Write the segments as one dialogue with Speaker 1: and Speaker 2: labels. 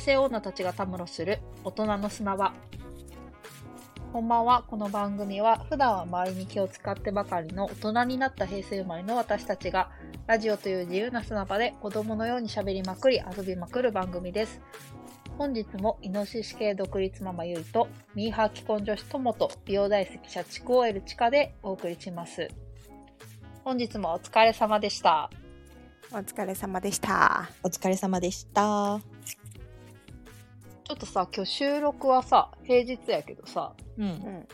Speaker 1: 性女たちがたむろする大人の砂場こんばんはこの番組は普段は周りに気を使ってばかりの大人になった平成生まれの私たちがラジオという自由な砂場で子供のように喋りまくり遊びまくる番組です本日もイノシシ系独立ママゆいとミーハー既婚女子ともと美容大好き社畜 OL 地下でお送りします本日もお疲れ様でした
Speaker 2: お疲れ様でした。
Speaker 3: お疲れ様でした。
Speaker 1: ちょっとさ今日収録はさ平日やけどさ
Speaker 3: うん。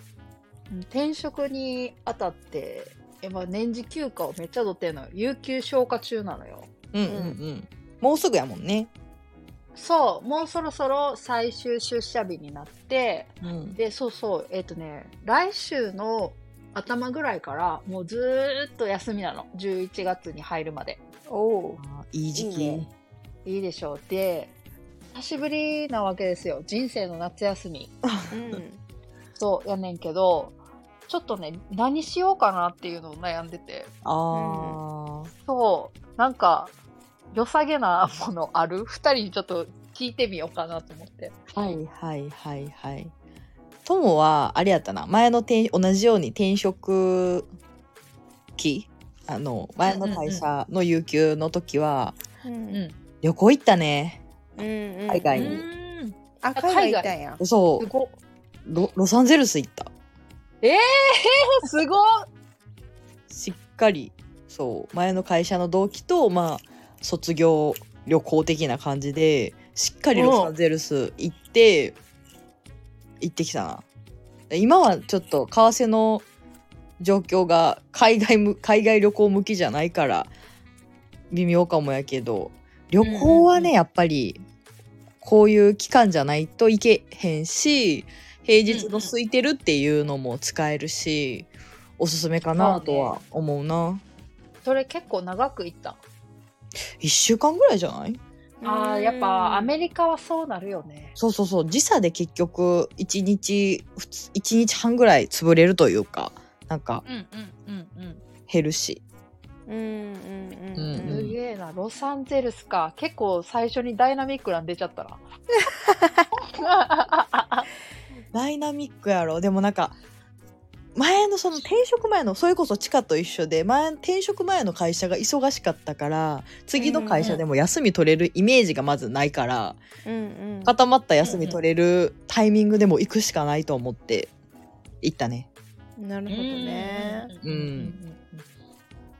Speaker 1: 転職にあたってやっぱ年次休暇をめっちゃ取ってんのよ有給消化中なのよ
Speaker 3: うんうんうん。もうすぐやもんね。
Speaker 1: そうもうそろそろ最終出社日になって
Speaker 3: うん。
Speaker 1: でそうそうえっ、とね来週の頭ぐらいからもうずーっと休みなの11月に入るまで
Speaker 2: おお。
Speaker 3: いい時期。
Speaker 2: いいね
Speaker 1: いいでしょうで久しぶりなわけですよ人生の夏休み
Speaker 2: うん。
Speaker 1: そうやねんけどちょっとね何しようかなっていうのを悩んでて
Speaker 3: ああ、
Speaker 1: そうなんか良さげなものある 二人にちょっと聞いてみようかなと思って
Speaker 3: はいはいはいはい。友はあれやったな。前の転同じように転職期あの前の会社の有給の時は
Speaker 2: う。
Speaker 1: うんん
Speaker 3: 旅行行ったね。
Speaker 2: うん。
Speaker 3: 海外に
Speaker 1: ん
Speaker 2: あ、海外行ったんや。
Speaker 3: そ
Speaker 1: す
Speaker 3: う
Speaker 1: ご
Speaker 3: ロロサンゼルス行った。
Speaker 1: えすご
Speaker 3: しっかりそう前の会社の同期とまあ卒業旅行的な感じでしっかりロサンゼルス行って行ってきたなで今はちょっと為替の状況が海外む海外旅行向きじゃないから微妙かもやけど旅行は
Speaker 1: うんうんう
Speaker 3: ね
Speaker 1: ん
Speaker 3: やっぱりこういう期間じゃないと行けへんし平日の空いてるっていうのも使えるし、おすすめかなとは思うな、
Speaker 1: それ結構長くいった
Speaker 3: 1週間ぐらいじゃない
Speaker 1: あーやっぱアメ
Speaker 2: リ
Speaker 1: リカはそうなるよね
Speaker 3: そうそうそう時差で結局1日ふつ1日半ぐらい潰れるというかなんか
Speaker 1: うんうんうんうん
Speaker 3: 減るし
Speaker 2: カ。うんうんうん
Speaker 3: う
Speaker 2: うん
Speaker 1: すげえなロサンゼルスか結構最初にダイナミックなん出ちゃったな
Speaker 3: ダイナミックやろでもなんか前のその転職前のそれこそチカと一緒で前転職前の会社が忙しかったから次の会社でも休み取れるイメージがまずないから、
Speaker 2: うんうん。
Speaker 3: 固まった休み取れるタイミングでも行くしかないと思って行ったね。
Speaker 2: なるほどね。
Speaker 3: うん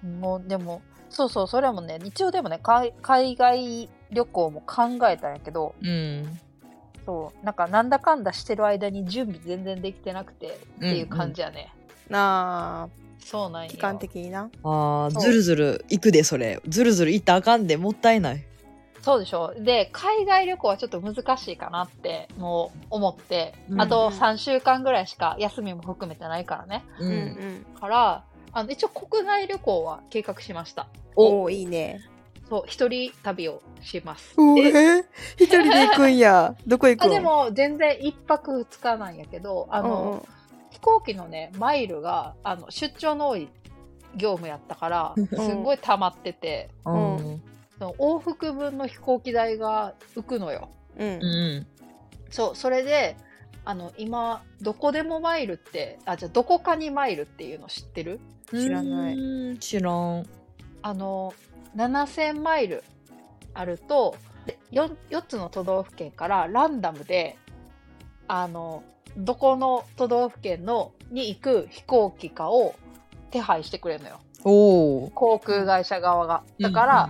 Speaker 1: うんもうでもそうそうそれもね一応でもね海海外旅行も考えたんやけど
Speaker 3: うん、
Speaker 1: そうなんかなんだかんだしてる間に準備全然できてなくてっていう感じやね、
Speaker 2: なあ、
Speaker 1: そうなんや
Speaker 2: 期間的にな。
Speaker 3: あー
Speaker 1: そう
Speaker 3: ずるずる行くでそれずるずる行ったらあかんでもったいない。
Speaker 1: そうでしょで海外旅行はちょっと難しいかなってもう思って、
Speaker 3: うん
Speaker 1: あと3週間ぐらいしか休みも含めてないからね
Speaker 3: う
Speaker 2: うんんうん。
Speaker 1: からあの一応国内旅行は計画しました
Speaker 2: おお、いいね。
Speaker 1: そう一人旅をします
Speaker 2: おえ、一人で行くんや。 どこ行く
Speaker 1: あ
Speaker 2: ん？
Speaker 1: でも全然1泊2日なんやけどあ
Speaker 2: うんうん、
Speaker 1: の、飛行機のねマイルがあの出張の多い業務やったからすごい溜まってて、
Speaker 2: うん
Speaker 3: うん
Speaker 1: その往復分の飛行機代が浮くのよ
Speaker 2: うん
Speaker 3: うん
Speaker 1: そうそれであの今どこでもマイルってあじゃあどこかにマイルっていうの知ってる
Speaker 2: 知らない
Speaker 3: い知らん
Speaker 1: あの7000マイルあると 4, 4つの都道府県からランダムであのどこの都道府県のに行く飛行機かを手配してくれるのよ
Speaker 3: おお
Speaker 1: 航空会社側が。だから、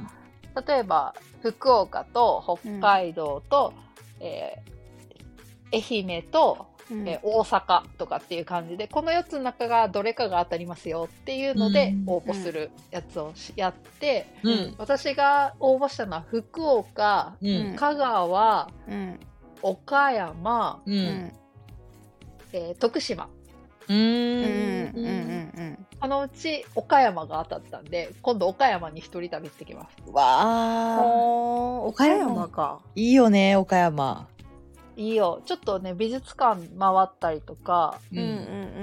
Speaker 1: 例えば福岡と北海道と、えー愛媛と、
Speaker 2: うん
Speaker 1: えー大阪とかっていう感じでこの4つの中がどれかが当たりますよっていうので
Speaker 3: うん
Speaker 1: 応募するやつをしやって。
Speaker 3: うん
Speaker 1: 私が応募したのは福岡、
Speaker 3: うんうん
Speaker 1: 香川、
Speaker 2: うん
Speaker 1: 岡山、
Speaker 3: う
Speaker 2: うんん
Speaker 1: えー徳島。
Speaker 3: う
Speaker 2: うん
Speaker 3: ん
Speaker 2: うんうん
Speaker 1: このうち岡山が当たったんで、今度岡山に一人旅行ってきます。
Speaker 2: うん。
Speaker 3: わあ
Speaker 2: おお、岡山か。
Speaker 3: いいよね岡山
Speaker 1: いいよ。ちょっとね、美術館回ったりとか、
Speaker 2: うんうんう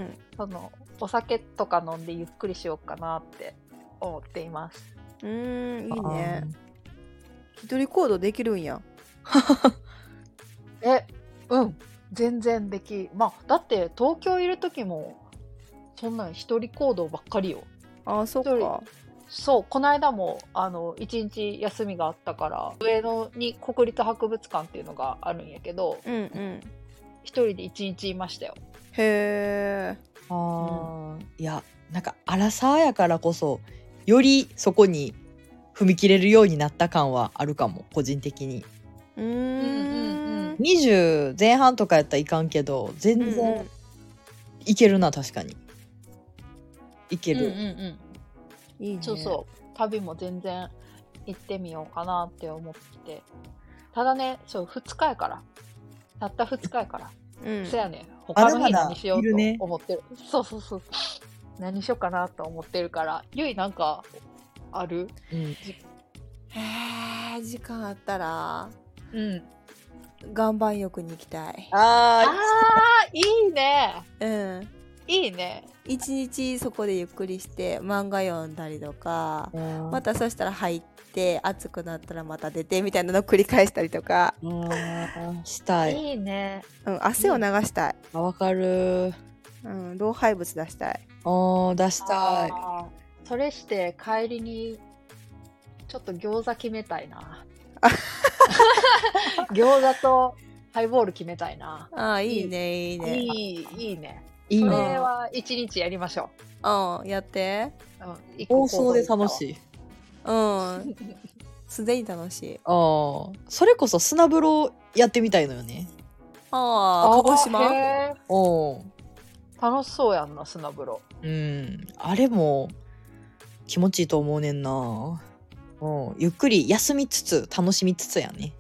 Speaker 2: ん。
Speaker 1: その、お酒とか飲んでゆっくりしようかなって思っています。
Speaker 2: うーんいい
Speaker 3: あ
Speaker 2: ね一人行動できるんや
Speaker 1: えうん全然できまあだって東京いる時もそんなん一人行動ばっかりよ
Speaker 2: ああそっか
Speaker 1: そうこの間もあの1日休みがあったから上野に国立博物館っていうのがあるんやけど
Speaker 2: うんうん
Speaker 1: 一人で1日いましたよ
Speaker 2: へえ
Speaker 3: あーいやなんか荒さやからこそよりそこに踏み切れるようになった感はあるかも個人的に
Speaker 2: うーん
Speaker 1: うんうん
Speaker 3: 20前半とかやったらいかんけど全
Speaker 2: うんう
Speaker 3: 然
Speaker 2: ん
Speaker 3: いけるな確かにいけ
Speaker 1: うんうん
Speaker 3: る、
Speaker 1: うん
Speaker 2: いいね
Speaker 1: そうそう旅も全然行ってみようかなって思ってただねそう2日やからたった2日やから、
Speaker 2: う、うん、
Speaker 1: そやね他の
Speaker 3: ま
Speaker 1: 日
Speaker 3: だまだ
Speaker 1: 何しよう
Speaker 3: いるね
Speaker 1: と思ってるそうそうそう何しようかなと思ってるからゆいなんかある
Speaker 3: うん
Speaker 2: へえ時間あったら
Speaker 1: うん
Speaker 2: 岩盤浴に行きたい
Speaker 1: あ
Speaker 3: あ
Speaker 1: ーいいね
Speaker 2: うん
Speaker 1: いいね
Speaker 2: 一日そこでゆっくりして漫画読んだりとか
Speaker 3: ー
Speaker 2: またそしたら入って暑くなったらまた出てみたいなのを繰り返したりとか、
Speaker 3: あしたい
Speaker 1: いいね
Speaker 2: うん、汗を流したい、
Speaker 3: あわかる
Speaker 2: うん、老廃物出したい
Speaker 3: おー出したい
Speaker 1: あーそれして帰りにちょっと餃子決めたい な餃子とハイボール決めたいな
Speaker 2: ああいいねいいね
Speaker 1: いいいいね
Speaker 3: いい
Speaker 1: それ
Speaker 3: ね
Speaker 1: は一日やりましょ
Speaker 2: うんやって
Speaker 1: う、うん、一個
Speaker 3: 放送で楽
Speaker 1: い
Speaker 3: しい
Speaker 2: うん すでに楽しい
Speaker 3: あーそれこそ砂風呂やってみたいのよね
Speaker 2: ああ鹿児島
Speaker 1: へー
Speaker 3: おー
Speaker 1: 楽しそうやんな砂風呂
Speaker 3: うん、あれも気持ちいいと思うねんな。うん、ゆっくり休みつつ楽しみつつやね。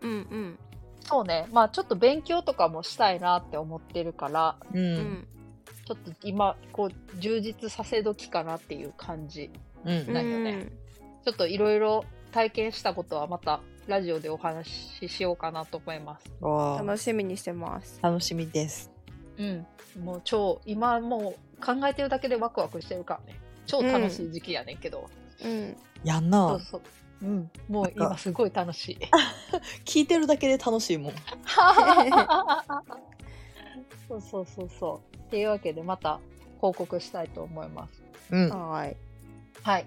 Speaker 2: うんうん
Speaker 1: そうねまあちょっと勉強とかもしたいなって思ってるから
Speaker 3: う、
Speaker 2: うんん
Speaker 1: ちょっと今こう充実させ時かなっていう感じ
Speaker 3: うん、
Speaker 1: んないよねちょっといろいろ体験したことはまたラジオでお話ししようかなと思います。
Speaker 3: わあ
Speaker 2: 楽しみにしてます
Speaker 3: 楽しみです。
Speaker 1: うん。もう超、今もう考えてるだけでワクワクしてるからね。超楽しい時期やねんけど。
Speaker 2: うん
Speaker 3: やん
Speaker 1: そう
Speaker 3: な。
Speaker 1: そう。うん。もう今すごい楽しい。
Speaker 3: 聞いてるだけで楽しいもん。
Speaker 1: そうそうそうそう。っていうわけでまた報告したいと思います。
Speaker 3: うん。
Speaker 2: はーい
Speaker 1: はい。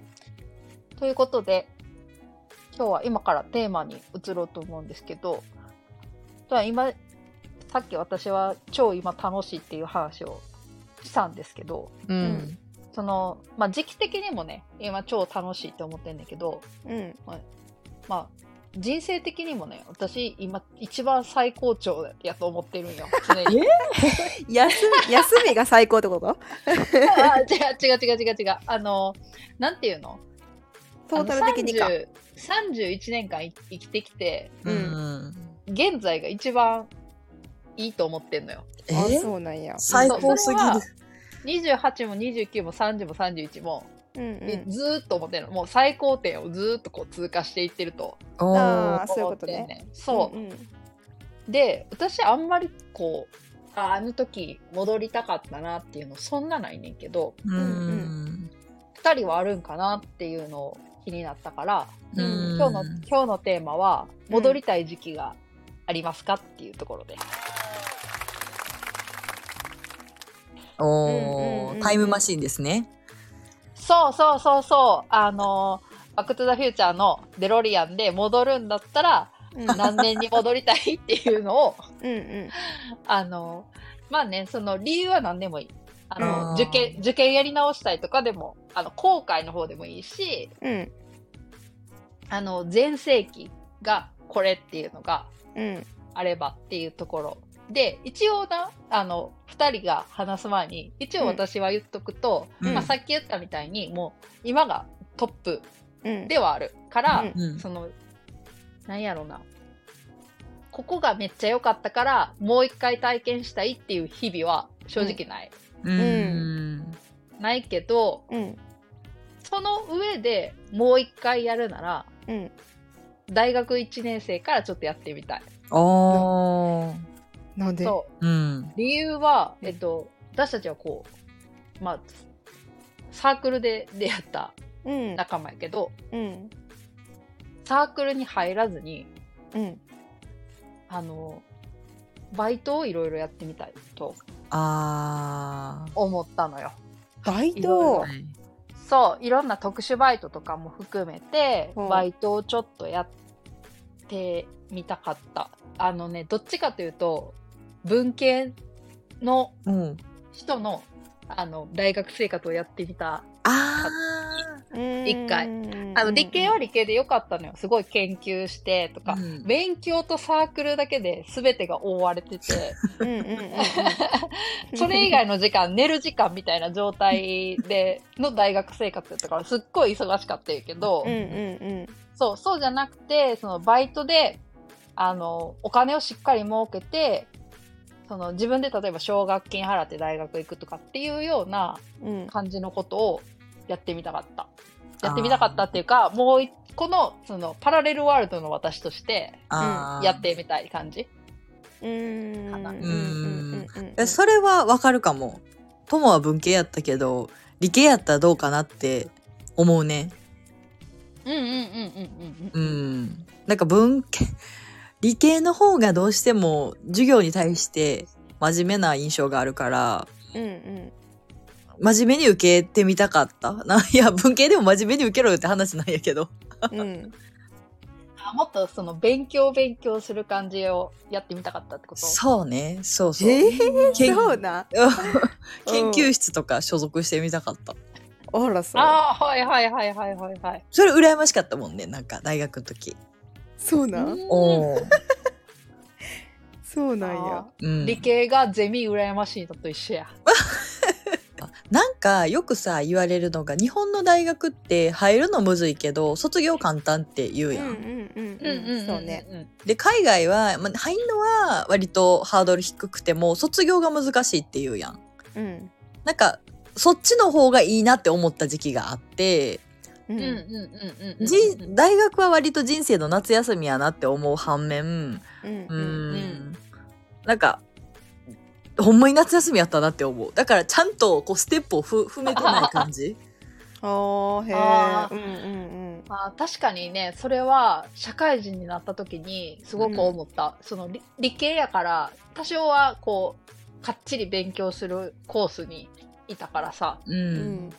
Speaker 1: ということで、今日は今からテーマに移ろうと思うんですけど、では今、さっき私は超今楽しいっていう話をしたんですけど、
Speaker 3: うん。
Speaker 1: その、まあ、時期的にもね、今超楽しいって思ってるんだけど、
Speaker 2: うん
Speaker 1: まあ、人生的にもね、私今一番最高潮やと思ってるんよ。常に。
Speaker 2: 休み休みが最高ってこと
Speaker 1: あ 違う違う違う違う違う。あの、なんていうの
Speaker 2: トータル的にか
Speaker 1: あの30 31年間い生きてきて、
Speaker 2: うん
Speaker 3: うん。
Speaker 1: 現在が一番いいと思ってんのよ。
Speaker 3: え
Speaker 2: あそうなんや
Speaker 3: 最高すぎ
Speaker 1: そう28も29も30も31も、
Speaker 2: うん
Speaker 1: で
Speaker 2: う
Speaker 1: ずーっと思ってるの。もう最高点をずーっとこう通過していってると
Speaker 3: る。
Speaker 2: ん
Speaker 3: お
Speaker 2: ああそういう
Speaker 1: 思
Speaker 2: こ
Speaker 1: っ
Speaker 2: と
Speaker 1: てん
Speaker 2: ね
Speaker 1: ねん。そう。
Speaker 2: うんうん
Speaker 1: で、私あんまりこう、ああの時戻りたかったなっていうのそんなないねんけど、
Speaker 3: うんん。
Speaker 1: 二人はあるんかなっていうのを気になったから、
Speaker 2: うん
Speaker 1: 今日の今日のテーマは戻りたい時期がありますかっていうところで、
Speaker 2: うんうん
Speaker 3: お
Speaker 2: うん
Speaker 3: ータイムマシーンですね。
Speaker 1: そうそうそうそうあのバック・トゥ・ザ・フューチャーのデロリアンで戻るんだったら
Speaker 2: うん
Speaker 1: 何年に戻りたいっていうのを
Speaker 2: うんうん
Speaker 1: あのまあねその理由は何でもいいあの
Speaker 3: うん
Speaker 1: 受験受験やり直したいとかでもあの後悔の方でもいいし
Speaker 2: うん
Speaker 1: あの前世紀がこれっていうのが
Speaker 2: うん
Speaker 1: あればっていうところで一応なあの2人が話す前に一応私は言っとくと、
Speaker 3: うん
Speaker 1: まあ、さっき言ったみたいにもう今がトップ
Speaker 2: うん
Speaker 1: ではあるから、
Speaker 2: うん
Speaker 3: うん
Speaker 1: そのなんやろなここがめっちゃ良かったからもう一回体験したいっていう日々は正直ない、
Speaker 3: うん。
Speaker 1: ないけど
Speaker 2: うん
Speaker 1: その上でもう一回やるなら
Speaker 2: うん
Speaker 1: 大学1年生からちょっとやってみたい。
Speaker 3: おー
Speaker 2: なんで
Speaker 1: そう
Speaker 3: うん。
Speaker 1: 理由は、
Speaker 2: うん
Speaker 1: えっと、私たちはこう、まあ、サークルで出会った
Speaker 2: うん
Speaker 1: 仲間やけど、
Speaker 2: うん
Speaker 1: サークルに入らずに、
Speaker 2: うん
Speaker 1: あの、バイトをいろいろやってみたいと
Speaker 3: あ
Speaker 1: 思ったのよ。
Speaker 2: バイ
Speaker 1: いろ
Speaker 2: ト
Speaker 1: いそういろんな特殊バイトとかも含めて、
Speaker 2: うん
Speaker 1: バイトをちょっとやってみたかったあのねどっちかというと文系の
Speaker 3: うん
Speaker 1: 人のあの大学生活をやってみた
Speaker 3: あ
Speaker 1: 一回あ
Speaker 2: あ
Speaker 1: の理系は理系でよかったのよすごい研究してと
Speaker 3: あ
Speaker 1: か、勉強とサークルだけで全てが覆われて て
Speaker 2: うんうんうんうんう ん
Speaker 1: それ以外の時間寝る時間みたいな状態での大学生活やったからすっごい忙しかったんやけど、
Speaker 2: うんうん
Speaker 1: そう、そうじゃなくて、そのバイトで、あの、お金をしっかり儲けて、その自分で例えば奨学金払って大学行くとかっていうような
Speaker 2: うんうん
Speaker 1: 感じのことをやってみたかった。やってみたかったっていうか、もう一個の、そのパラレルワールドの私として
Speaker 3: あー
Speaker 1: やってみたい感じ。
Speaker 2: うん
Speaker 1: かな
Speaker 2: うんうんうん
Speaker 3: えそれはわかるかも友は文系やったけど理系やったらどうかなって思うね
Speaker 1: うんうんうんうん
Speaker 3: う
Speaker 1: うん。
Speaker 3: んなんか文系理系の方がどうしても授業に対して真面目な印象があるから
Speaker 2: うんうん
Speaker 3: 真面目に受けてみたかった ないや文系でも真面目に受けろよって話なんやけど
Speaker 2: うん
Speaker 1: あもっとその勉強勉強する感じをやってみたかったってこと
Speaker 3: そうねそうそう、
Speaker 2: え
Speaker 3: 研
Speaker 2: ー、そう な
Speaker 3: 研究室とか所属してみたかった
Speaker 2: あらそう
Speaker 1: ああ、はいはいはいはいはいはい。
Speaker 3: それ羨ましかったもんねなんか大学の時
Speaker 2: そうなん
Speaker 1: うん
Speaker 3: おー
Speaker 2: そうなんや
Speaker 3: うん
Speaker 1: 理系がゼミ羨ましいのと一緒や。
Speaker 3: なんかよくさ言われるのが日本の大学って入るのむずいけど卒業簡単って言う
Speaker 2: うん
Speaker 3: やん、
Speaker 2: うんうんうんそうね。
Speaker 3: で海外は、まあ、入んのは割とハードル低くても卒業が難しいって言うやん
Speaker 2: うん
Speaker 3: なんかそっちの方がいいなって思った時期があって、
Speaker 2: う
Speaker 1: うんうん
Speaker 2: ん
Speaker 1: うんうん。
Speaker 3: じ大学は割と人生の夏休みやなって思う反面
Speaker 2: うん
Speaker 3: うーん
Speaker 2: うん
Speaker 3: なんかほんまに夏休みやったなって思うだからちゃんとこうステップをふ踏めてない感じ
Speaker 2: あーへ
Speaker 1: あー
Speaker 2: ーうんうん
Speaker 1: まあ確かにね、それは社会人になった時にすごく思った。その理理系やから、多少はこう、かっちり勉強するコースにいたからさ、
Speaker 3: う
Speaker 2: うんうんん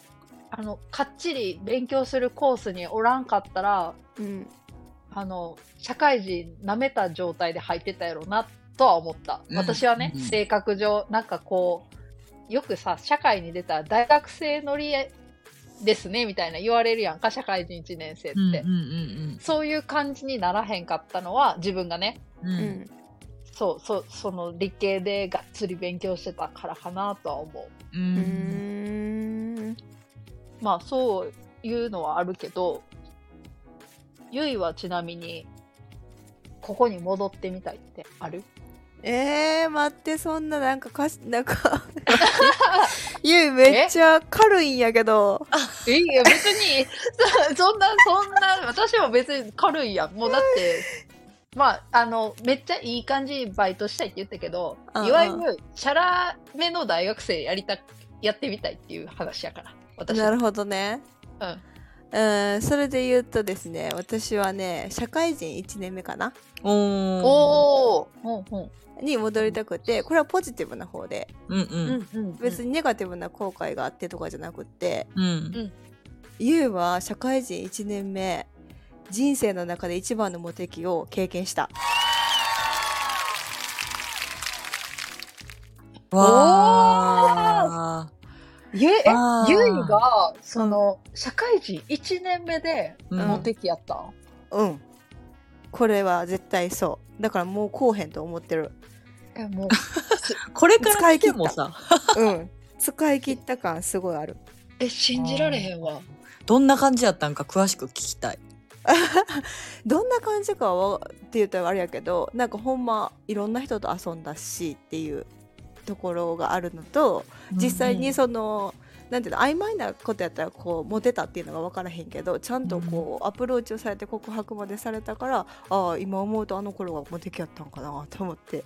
Speaker 1: あの、かっちり勉強するコースにおらんかったら、
Speaker 2: うん
Speaker 1: あの、社会人舐めた状態で入ってたやろな、とは思った。
Speaker 3: うん
Speaker 1: 私はね、
Speaker 3: うん
Speaker 1: 性格上、なんかこう、よくさ、社会に出たら大学生乗りですね、みたいな言われるやんか、社会人1年生って。
Speaker 3: うんうんうん
Speaker 1: そういう感じにならへんかったのは、自分がね、
Speaker 3: うんうん
Speaker 2: うん
Speaker 1: そう、そう、その理系でがっつり勉強してたからかなとは思
Speaker 3: う
Speaker 2: うんん
Speaker 1: う。まあ、そういうのはあるけど、ゆいはちなみに、ここに戻ってみたいってある
Speaker 2: えー、待ってそんななんかかしなん かゆいめっちゃ軽いんやけど
Speaker 1: いや別に そんなそんな私は別に軽いやんもうだってまああのめっちゃいい感じにバイトしたいって言ったけど
Speaker 2: うんうん
Speaker 1: いわゆるチャラめの大学生やりたやってみたいっていう話やから私
Speaker 2: な
Speaker 1: は
Speaker 2: るほどね
Speaker 1: うん
Speaker 2: うんそれで言うとですね私はね社会人1年目かな
Speaker 3: おお
Speaker 1: おおうんうん
Speaker 2: に戻りたくてこれはポジティブな方で
Speaker 3: うんう
Speaker 1: うんんうん
Speaker 2: 別にネガティブな後悔があってとかじゃなくって、
Speaker 3: うん
Speaker 2: ゆうは社会人1年目人生の中で一番のモテ期を経験した
Speaker 3: わあ
Speaker 1: ゆえ
Speaker 3: あー
Speaker 1: ゆいがその社会人1年目で
Speaker 3: うん
Speaker 1: モテ期やったん、
Speaker 2: うんこれは絶対そうだからもうこうへんと思ってる
Speaker 1: えもう
Speaker 3: これから来てもさ
Speaker 2: うん使い切った感すごいある
Speaker 1: え信じられへんわ
Speaker 3: どんな感じやったんか詳しく聞きたい
Speaker 2: どんな感じかはって言ったらあれやけどなんかほんまいろんな人と遊んだしっていうところがあるのと実際にその、なんていうの曖昧なことやったらこうモテたっていうのが分からへんけどちゃんとこうアプローチをされて告白までされたからああ今思うとあの頃がモテ期やったんかなと思って、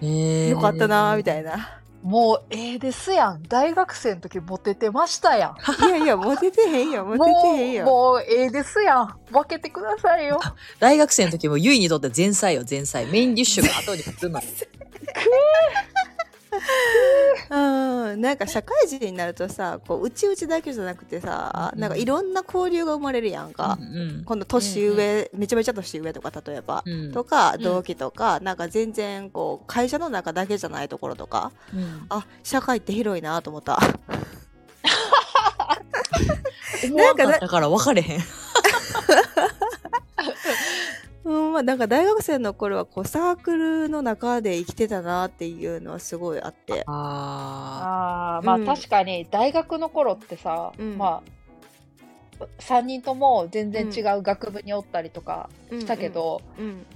Speaker 3: よ
Speaker 2: よかったなみたい
Speaker 3: な
Speaker 2: な
Speaker 1: もうええですやん大学生の時モテてましたやん
Speaker 2: いやいやモテてへんよモテてへんよ
Speaker 1: もうもうええですやん分けてくださいよ
Speaker 3: 大学生の時もゆいにとって前菜よ前菜メインディッシュが後に来るの
Speaker 2: うんなんか社会人になるとさこううちうちだけじゃなくてさ、
Speaker 3: うん
Speaker 2: なんかいろんな交流が生まれるやんか、
Speaker 3: うん
Speaker 2: 今度年上、めちゃめちゃ年上とか例えば、
Speaker 3: うん
Speaker 2: とか
Speaker 1: ん
Speaker 2: 同期とか、なんか全然こう会社の中だけじゃないところとか
Speaker 3: うん
Speaker 2: あ社会って広いなと思 った
Speaker 3: 思わんかったから分かれへん。
Speaker 2: うんまあ、なんか大学生の頃はこうサークルの中で生きてたなっていうのはすごいあって
Speaker 1: あ
Speaker 3: あ
Speaker 1: ーまあ、
Speaker 2: うん
Speaker 1: 確かに大学の頃ってさ、
Speaker 2: うん
Speaker 1: まあ3人とも全然違う学部におったりとかしたけど、
Speaker 2: うんうん、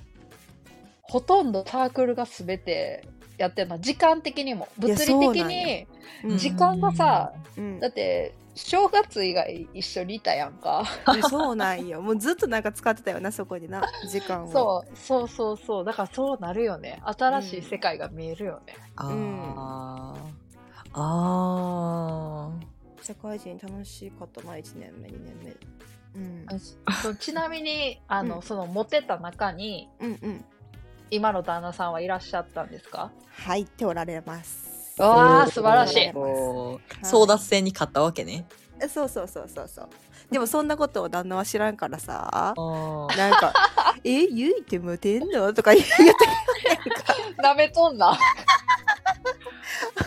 Speaker 1: ほとんどサークルが全てやってるの時間的にも物理
Speaker 2: そう
Speaker 1: 的
Speaker 2: なんや
Speaker 1: に
Speaker 2: うん
Speaker 3: あ。
Speaker 1: 時間がさ
Speaker 2: うん
Speaker 1: だって正月以外一緒にいたやんか、
Speaker 2: そうなんよもうずっとなんか使ってたよなそこにな時間を
Speaker 1: そうそうそうそうだからそうなるよね新しい世界が見えるよね、
Speaker 3: あ
Speaker 2: うん
Speaker 3: あー。あー
Speaker 2: 社会人楽しかったな1年目2年目うん
Speaker 1: そうちなみにあの、
Speaker 2: うん
Speaker 1: そのモテた中に
Speaker 2: うんうん
Speaker 1: 今の旦那さんはいらっしゃったんですか
Speaker 2: 入っておられます
Speaker 1: わあ素晴らしい
Speaker 3: おー
Speaker 2: い
Speaker 3: 争奪戦に勝ったわけね。
Speaker 2: えそうそうそうそうそうでもそんなことを旦那は知らんから さ
Speaker 3: あ
Speaker 2: なんか「えゆいってモテんの?」とか言って
Speaker 1: なめとんな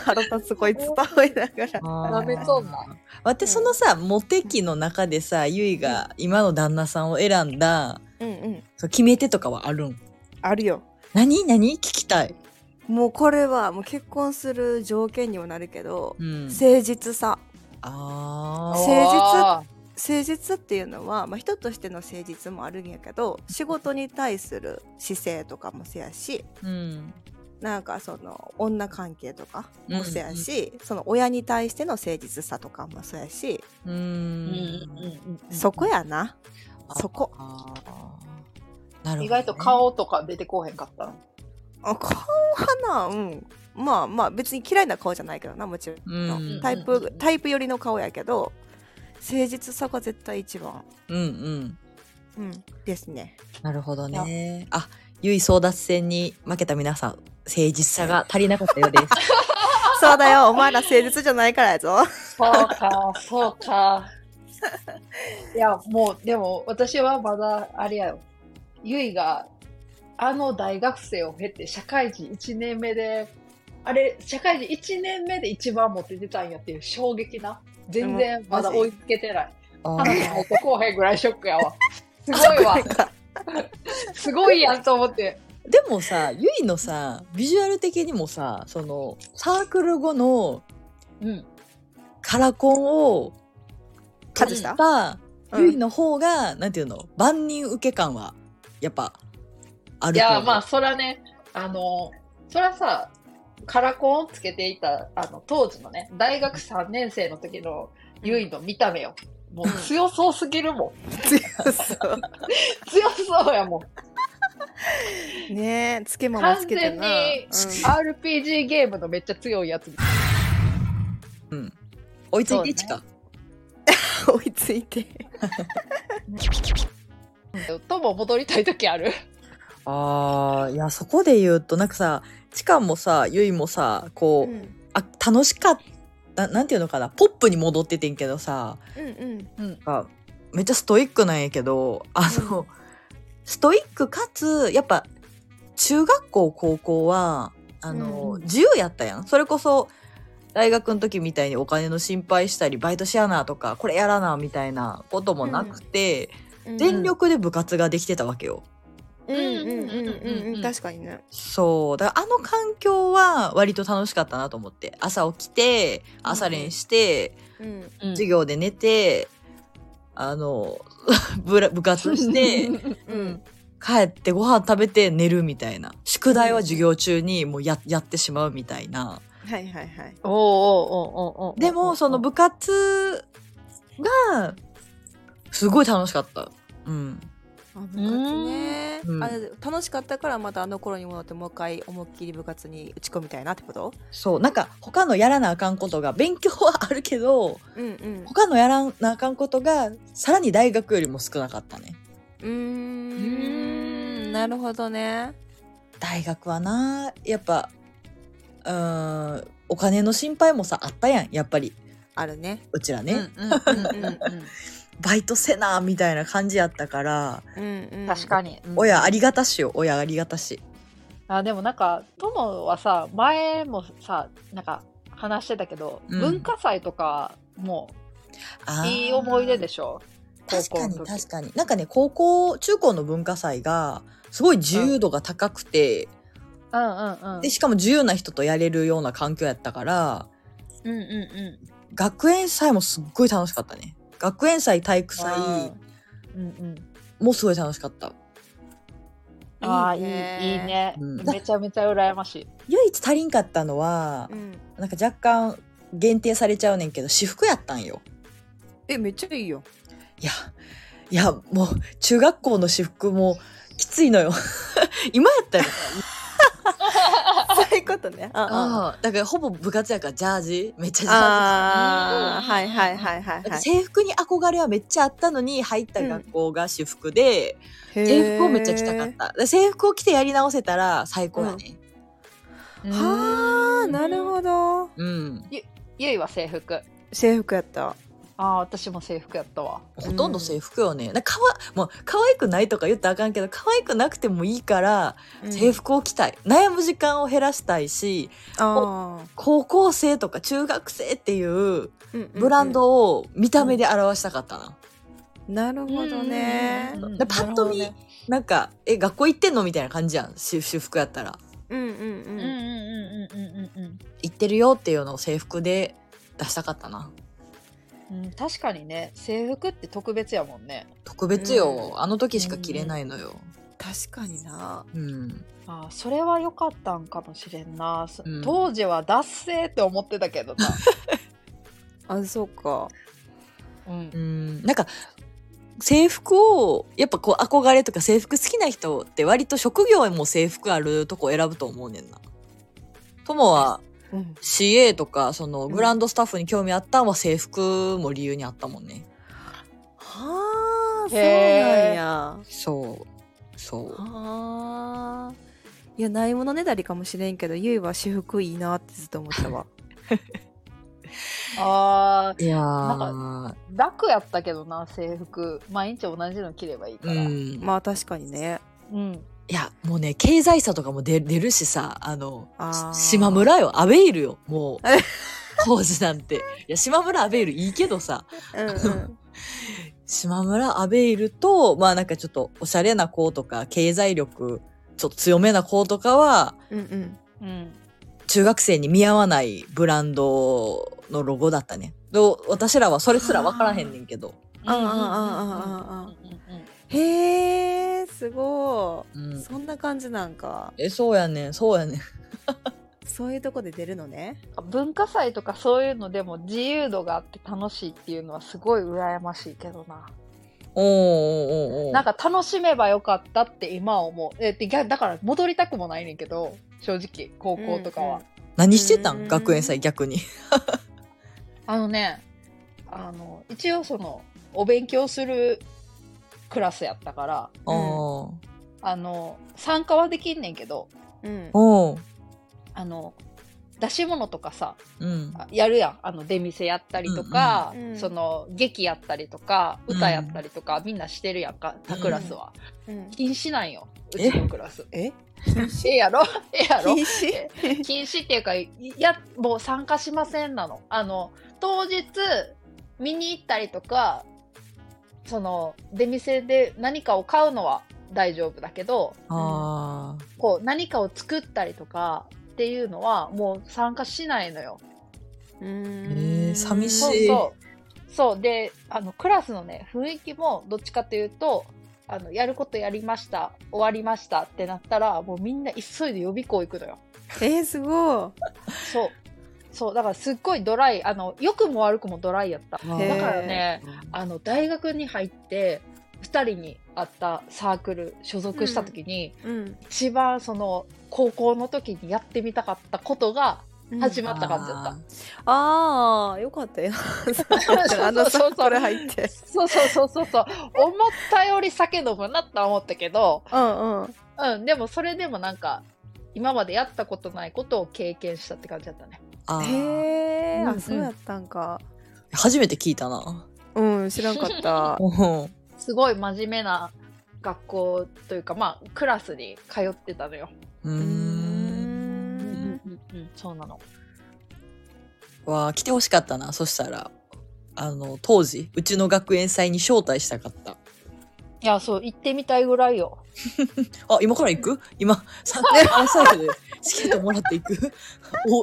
Speaker 2: 腹立つ こいつと思いながら
Speaker 1: 舐めとんな
Speaker 3: 私そのさモテ期の中でさゆいが今の旦那さんを選んだ
Speaker 2: うんうん
Speaker 3: そう決め手とかはあるん
Speaker 2: あるよ
Speaker 3: 何何聞きたい、
Speaker 2: もうこれはもう結婚する条件にもなるけど、
Speaker 3: うん、
Speaker 2: 誠実さ
Speaker 3: あ
Speaker 2: 誠
Speaker 3: ー
Speaker 2: 実誠実っていうのは、まあ、人としての誠実もあるんやけど仕事に対する姿勢とかもせやし
Speaker 3: うん
Speaker 2: なんかその女関係とかもせやし、その親に対しての誠実さとかもそうやし、
Speaker 3: うん
Speaker 1: うんうんうん
Speaker 2: そこやなそこ
Speaker 3: あーなるほどね、
Speaker 1: 意外と顔とか出てこうへんかったの
Speaker 2: あ顔はなうんまあまあ別に嫌いな顔じゃないけどなもちろん
Speaker 3: うん
Speaker 2: タイ
Speaker 1: うんうんう
Speaker 2: プ
Speaker 1: ん
Speaker 2: タイプ寄りの顔やけど誠実さが絶対一番、
Speaker 3: うんうん
Speaker 2: うん、ですね
Speaker 3: なるほどねあゆい争奪戦に負けた皆さん誠実さが足りなかったようです
Speaker 2: そうだよお前ら誠実じゃないからやぞ
Speaker 1: そうか、そうか。 いや、もう、でも、私はまだ、あれやよ。ゆいが、あの大学生を経て、社会人1年目で、あれ、社会人1年目で一番モテてたんやっていう衝撃な。全然まだ追いつけてない。
Speaker 3: あ
Speaker 1: 彼
Speaker 3: ー
Speaker 1: 女もってこうへんぐらいショックやわ。すごいわ。すごいやんと思って。
Speaker 3: でもさゆいのさビジュアル的にもさそのサークル後の
Speaker 1: うん。
Speaker 3: カラコンを
Speaker 2: 外した
Speaker 3: た
Speaker 2: うん
Speaker 3: ゆいの方が、なんていうの万人受け感はやっぱある
Speaker 1: いや
Speaker 3: 方
Speaker 1: まあそらねあのそらさカラコンをつけていたあの当時のね大学3年生の時のゆいの見た目よ、もう強そうすぎるもん
Speaker 2: 強そう
Speaker 1: 強そうやもん
Speaker 2: ねえつけまま
Speaker 1: 完
Speaker 2: つけて
Speaker 1: 全
Speaker 2: な
Speaker 1: に RPG ゲームのめっちゃ強いやつ
Speaker 3: うん、追いついていちか、
Speaker 2: うん、追いついて
Speaker 1: とも戻りたい時ある
Speaker 3: あーいやそこで言うとなんかさちかもさゆいもさこう、あ楽しかったなんていうのかなポップに戻っててんけどさ
Speaker 2: うん
Speaker 3: なんかめっちゃストイックなんやけどあの、ストイックかつやっぱ中学校高校はあの、
Speaker 2: うん
Speaker 3: 自由やったやんそれこそ大学の時みたいにお金の心配したりバイトしやなとかこれやらなみたいなこともなくて、
Speaker 2: うん
Speaker 3: 全力で部活ができてたわけよ。
Speaker 2: うんうんうん
Speaker 1: うん
Speaker 2: う
Speaker 1: うんん
Speaker 2: 確かにね
Speaker 3: そうだからあの環境は割と楽しかったなと思って朝起きて朝練して、
Speaker 2: うん
Speaker 3: 授業で寝てあの 部ら部活 して。
Speaker 2: うん
Speaker 3: 帰ってご飯食べて寝るみたいな宿題は授業中にもうややってしまうみたいな
Speaker 2: はいはいはい
Speaker 1: おおおおお
Speaker 3: でもその部活がすごい楽しかったうん
Speaker 2: あ部活ね、
Speaker 3: うん
Speaker 2: あれ楽しかったからまたあの頃に戻ってもう一回思いっきり部活に打ち込みたいなってこと
Speaker 3: そうなんか他のやらなあかんことが勉強はあるけど
Speaker 2: うんうん
Speaker 3: 他のやらなあかんことがさらに大学よりも少なかったね
Speaker 2: うーんなるほどね
Speaker 3: 大学はなやっぱうーんお金の心配もさあったやんやっぱり
Speaker 2: あるね。
Speaker 3: うちらね、
Speaker 1: うんうんうんうん
Speaker 3: バイトせなみたいな感じやったから、
Speaker 2: うんう
Speaker 1: うん
Speaker 2: ん、
Speaker 1: 確かに、うん
Speaker 3: 親ありがたしよ親ありがたし
Speaker 1: あでもなんか友はさ前もさなんか話してたけど、
Speaker 3: うん
Speaker 1: 文化祭とかも
Speaker 3: あー
Speaker 1: いい思い出でしょ高
Speaker 3: 確
Speaker 1: 校の
Speaker 3: かに
Speaker 1: 時
Speaker 3: 確かになんかね高校中高の文化祭がすごい自由度が高くて、
Speaker 1: うんうんうん
Speaker 3: でしかも自由な人とやれるような環境やったから
Speaker 1: うんうんう
Speaker 3: 学園祭もすっごい楽しかったね学園祭体育
Speaker 1: んあ
Speaker 3: 祭
Speaker 1: ーうんうん
Speaker 3: もすごい楽しかった
Speaker 1: ああいいいい
Speaker 2: ね
Speaker 1: ね、
Speaker 3: うん
Speaker 1: めちゃめちゃ羨ましい
Speaker 3: 唯一足りんかったのは
Speaker 2: う、ん、
Speaker 3: なんか若干限定されちゃうねんけど私服やったんよ
Speaker 2: えめっちゃいいよ。
Speaker 3: いやいやもう中学校の私服もきついのよ 今やったよ
Speaker 2: そういうことね。あ
Speaker 3: ああだからほぼ部活やからジャージめっちゃジャージ
Speaker 2: ああ
Speaker 1: うん
Speaker 2: はいはいはいはい
Speaker 3: なん
Speaker 2: は
Speaker 3: か
Speaker 2: い。
Speaker 3: 制服に憧れはめっちゃあったのに入った学校が私服で、制服をめっちゃ着たかっ
Speaker 2: へ
Speaker 3: たで制服を着てやり直せたら最高やね
Speaker 2: ー。はあなる
Speaker 1: ど
Speaker 2: ほど。
Speaker 3: うん、
Speaker 1: ゆいは制服あ
Speaker 2: 制服やった。
Speaker 1: あー私も制服やったわ
Speaker 3: ほとんど制服よねだからかわもう可愛くないとか言ったらあかんけど可愛くなくてもいいから制服を着たい、悩む時間を減らしたいし
Speaker 2: あ
Speaker 3: 高校生とか中学生っていう
Speaker 2: あ、うんうんうん
Speaker 3: ブラン。ドを見た目で表したかったな、
Speaker 2: なるほどね
Speaker 1: うん。うんうん
Speaker 3: でパッと見
Speaker 1: なる
Speaker 3: なんかえ学校行ってんのみたいな感じやん私私服やったら
Speaker 2: うんうんう
Speaker 1: ほどねうんう
Speaker 2: ん。
Speaker 1: んうんうんうんうん
Speaker 3: 行ってるよっていうのを制服で出したかったな
Speaker 1: うん、確かにね制服って特別やもんね
Speaker 3: 特別よ、
Speaker 2: う
Speaker 3: あの時しか着れないのよ
Speaker 2: 確かにな。
Speaker 3: うん、
Speaker 1: あーそれは良かったんかもしれんな、そ
Speaker 3: うん
Speaker 1: 当時は脱製って思ってたけどな、
Speaker 2: あそうか。
Speaker 1: うん
Speaker 3: うん、なんか制服をやっぱこう憧れとか制服好きな人って割と職業も制服あるとこ選ぶと思うねんな友は CA とかそのグランドスタッフに興味あったんは制服も理由にあったもんね、
Speaker 2: はあそうなん
Speaker 1: へー
Speaker 2: や。
Speaker 3: そうそう
Speaker 2: はあ。いやないものねだりかもしれんけどゆいは私服いいなってずっと思ったわ。
Speaker 1: あー
Speaker 3: いや
Speaker 1: な
Speaker 3: ー
Speaker 1: 楽やったけどな制服毎日同じの着ればいいから、
Speaker 3: うん
Speaker 2: まあ確かにね。
Speaker 1: うん
Speaker 3: いやもうね経済差とかも出出るしさあの
Speaker 2: あー
Speaker 3: し島村よアベイルよ もう当時なんていや島村アベイルいいけどさ
Speaker 2: うんうん。
Speaker 3: 島村アベイルとまあなんかちょっとおしゃれな子とか経済力ちょっと強めな子とかは
Speaker 2: うんうん。
Speaker 1: うん
Speaker 3: 中学生に見合わないブランドのロゴだったね。どう私らはそれすら分からへんねんけど。
Speaker 2: あーあーあーあーあーへえすご
Speaker 3: う
Speaker 2: い。
Speaker 3: ん、
Speaker 2: そんな感じなんか。
Speaker 3: えそうやねんそうやねん。
Speaker 2: そういうとこで出るのね。
Speaker 1: 文化祭とかそういうのでも自由度があって楽しいっていうのはすごい羨ましいけどな
Speaker 3: おーおーおーおー
Speaker 1: なんか楽しめばよかったって今は思うえって逆だから戻りたくもないねんけど正直高校とかは、
Speaker 2: うんうん
Speaker 3: 何してた
Speaker 2: うんん
Speaker 3: 学園祭逆に。
Speaker 1: あのねあの一応そのお勉強するクラスやったから
Speaker 2: うん
Speaker 3: おー
Speaker 1: あの参加はできんねんけど
Speaker 2: うん。
Speaker 3: おー
Speaker 1: あの出し物とかさ
Speaker 3: うん
Speaker 1: あやるやんあの出店やったりとか、
Speaker 2: うんうん
Speaker 1: その劇やったりとか
Speaker 3: うん
Speaker 1: 歌やったりとか、みんなしてるやんか他クラスは、
Speaker 2: うん
Speaker 1: 禁止なんよう
Speaker 3: え
Speaker 1: ちのクラス
Speaker 2: え
Speaker 1: ええやろ ええやろ
Speaker 2: 禁止？
Speaker 1: 禁止っていうかいやもう参加しませんなのあの当日見に行ったりとかその出店で何かを買うのは大丈夫だけど
Speaker 3: あー
Speaker 1: こう何かを作ったりとかっていうのはもう参加しないのよ
Speaker 2: うー
Speaker 3: えー
Speaker 2: ん
Speaker 3: 寂し
Speaker 1: そう
Speaker 3: い
Speaker 1: そうそうであのクラスのね雰囲気もどっちかというとあのやることやりました終わりましたってなったらもうみんな急いで予備校行くのよ
Speaker 2: えー、すご
Speaker 1: そうそうだからすっごいドライあの良くも悪くもドライやった
Speaker 2: へ
Speaker 1: だ
Speaker 2: ー
Speaker 1: からねあの大学に入って2人に会ったサークル所属した時に、
Speaker 2: い。うん。
Speaker 1: 一番その高校の時にやってみたかったことが始ま
Speaker 2: っ
Speaker 1: った感じだった、
Speaker 2: ああ、よかったよ。 あのさ、これ入って。
Speaker 1: そうそうそうそうそう思ったより酒飲むなって思ったけど、
Speaker 2: うんうん。
Speaker 1: うん、でもそれでもなんか今までやったことないことを経験したって感じだったね。
Speaker 3: あー
Speaker 2: へえ、
Speaker 1: うんう
Speaker 2: あ
Speaker 1: ん
Speaker 2: そうやったんか
Speaker 3: 初めて聞いたな。
Speaker 2: うん知らんかっ た
Speaker 3: うん
Speaker 1: すごい真面目な学校というかまあクラスに通ってたのよ。
Speaker 3: う
Speaker 2: うー
Speaker 3: ん。
Speaker 2: ん
Speaker 1: そうなの。
Speaker 3: わあ来てほしかったな。そしたらあの当時うちの学園祭に招待したかった。
Speaker 1: いやそう行ってみたいぐらいよ。
Speaker 3: あ今から行く？今さあサイトでチケットもらって行く？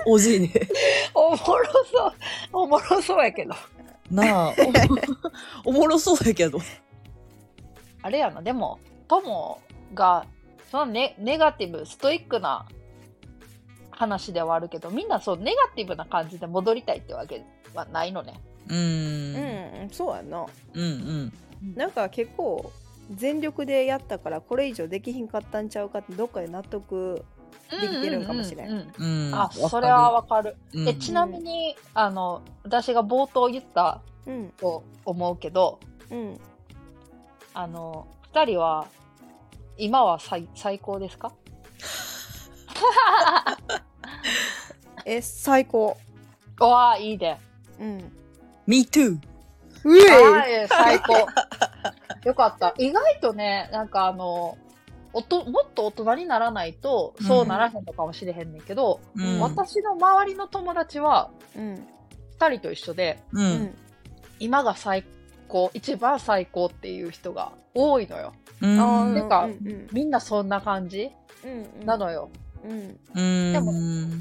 Speaker 3: おおじいね。
Speaker 1: おもろそうおもろそうやけど。
Speaker 3: なあおおもろそうやけど。
Speaker 1: あれやなでも友がそのネネガティブストイックな話ではあるけどみんなそうネガティブな感じで戻りたいってわけはないのね。
Speaker 3: うーん
Speaker 2: うんそうやな
Speaker 3: うんうん
Speaker 2: なんか結構全力でやったからこれ以上できひんかったんちゃうかってどっかで納得できてるんかもしれん
Speaker 1: ううう
Speaker 3: うん。
Speaker 1: あそれは
Speaker 3: わ
Speaker 1: わかる。
Speaker 3: かる
Speaker 1: えちなみにあの私が冒頭言った
Speaker 2: うん
Speaker 1: と思うけど
Speaker 2: うん
Speaker 1: あの2人は今は最最高ですか
Speaker 2: え最高
Speaker 1: うわーいいで。
Speaker 2: うん
Speaker 3: Me too。
Speaker 2: うえ
Speaker 1: はい、最高。 よかった。意外とね、なんかあの、おともっと大人にならないとそうならへんのかもしれへんねんけど、
Speaker 3: うん
Speaker 1: 私の周りの友達は
Speaker 2: うん
Speaker 1: 2人と一緒で
Speaker 3: う
Speaker 2: うんん
Speaker 1: 今が最高一番最高っていう人が多いのよ
Speaker 3: うん
Speaker 2: あー
Speaker 1: てか
Speaker 2: うんうん
Speaker 1: みんなそんな感じ
Speaker 2: うん
Speaker 1: なのよ、
Speaker 2: うん
Speaker 3: うん
Speaker 1: でも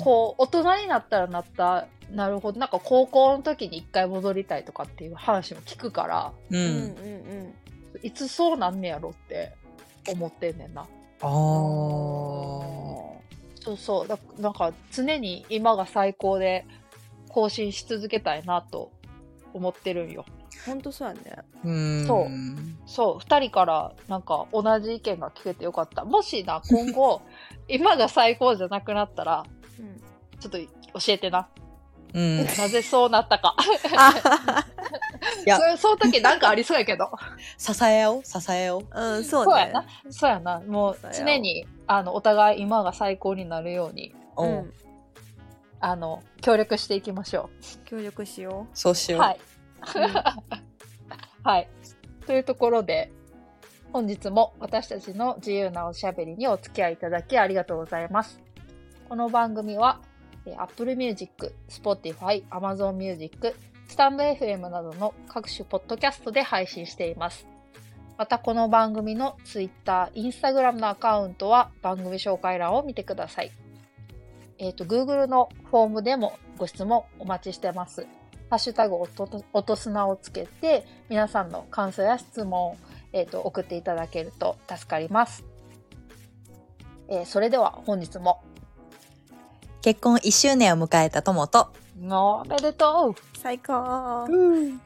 Speaker 1: こう大人になったらなったなるほどなんか高校の時に一回戻りたいとかっていう話も聞くから
Speaker 3: う。
Speaker 2: うんうんん
Speaker 1: いつそうなんねやろって思ってんねんな
Speaker 3: ああ。
Speaker 1: そうそうだなんか常に今が最高で更新し続けたいなと思ってるんよ
Speaker 2: 本当そうやね
Speaker 3: うん。
Speaker 1: そうそう2人からなんか同じ意見が聞けてよかったもしな今後今が最高じゃなくなったら
Speaker 2: うん
Speaker 1: ちょっと教えてな
Speaker 3: うん。
Speaker 1: なぜそうなったか
Speaker 2: あ
Speaker 3: や
Speaker 1: そうそういう時なんかありそうやけど
Speaker 3: 支え合おう、支え合おう。
Speaker 2: うんそう
Speaker 1: そうや
Speaker 2: ね
Speaker 1: なそうやなもう
Speaker 2: そうや
Speaker 1: 常にあのお互い今が最高になるように
Speaker 3: おう
Speaker 2: うん
Speaker 1: あの協力していきましょ
Speaker 2: 協力しよ
Speaker 3: そうし
Speaker 1: う
Speaker 3: よう。
Speaker 1: はい
Speaker 2: ううん
Speaker 1: はい。というところで、本日も私たちの自由なおしゃべりにお付き合いいただきありがとうございます。この番組は、えー Apple Music、Spotify、Amazon Music、スタンド FM などの各種ポッドキャストで配信しています。またこの番組の Twitter、Instagram のアカウントは番組紹介欄を見てください。えっ、と、Google のフォームでもご質問お待ちしてます。ハッシュタグおとと音砂をつけて、皆さんの感想や質問、えー、と送っていただけると助かります。えーそれでは本日も、
Speaker 3: 結婚1周年を迎えた友と、
Speaker 1: おめでと
Speaker 2: 最高
Speaker 1: う、うん、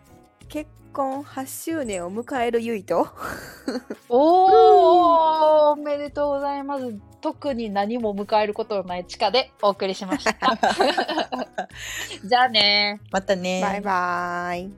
Speaker 2: 結婚8周年を迎えるゆいと
Speaker 1: おーおめでとうございます。特に何も迎えることのない地下でお送りしました。じゃあね
Speaker 3: またね
Speaker 2: バイバイ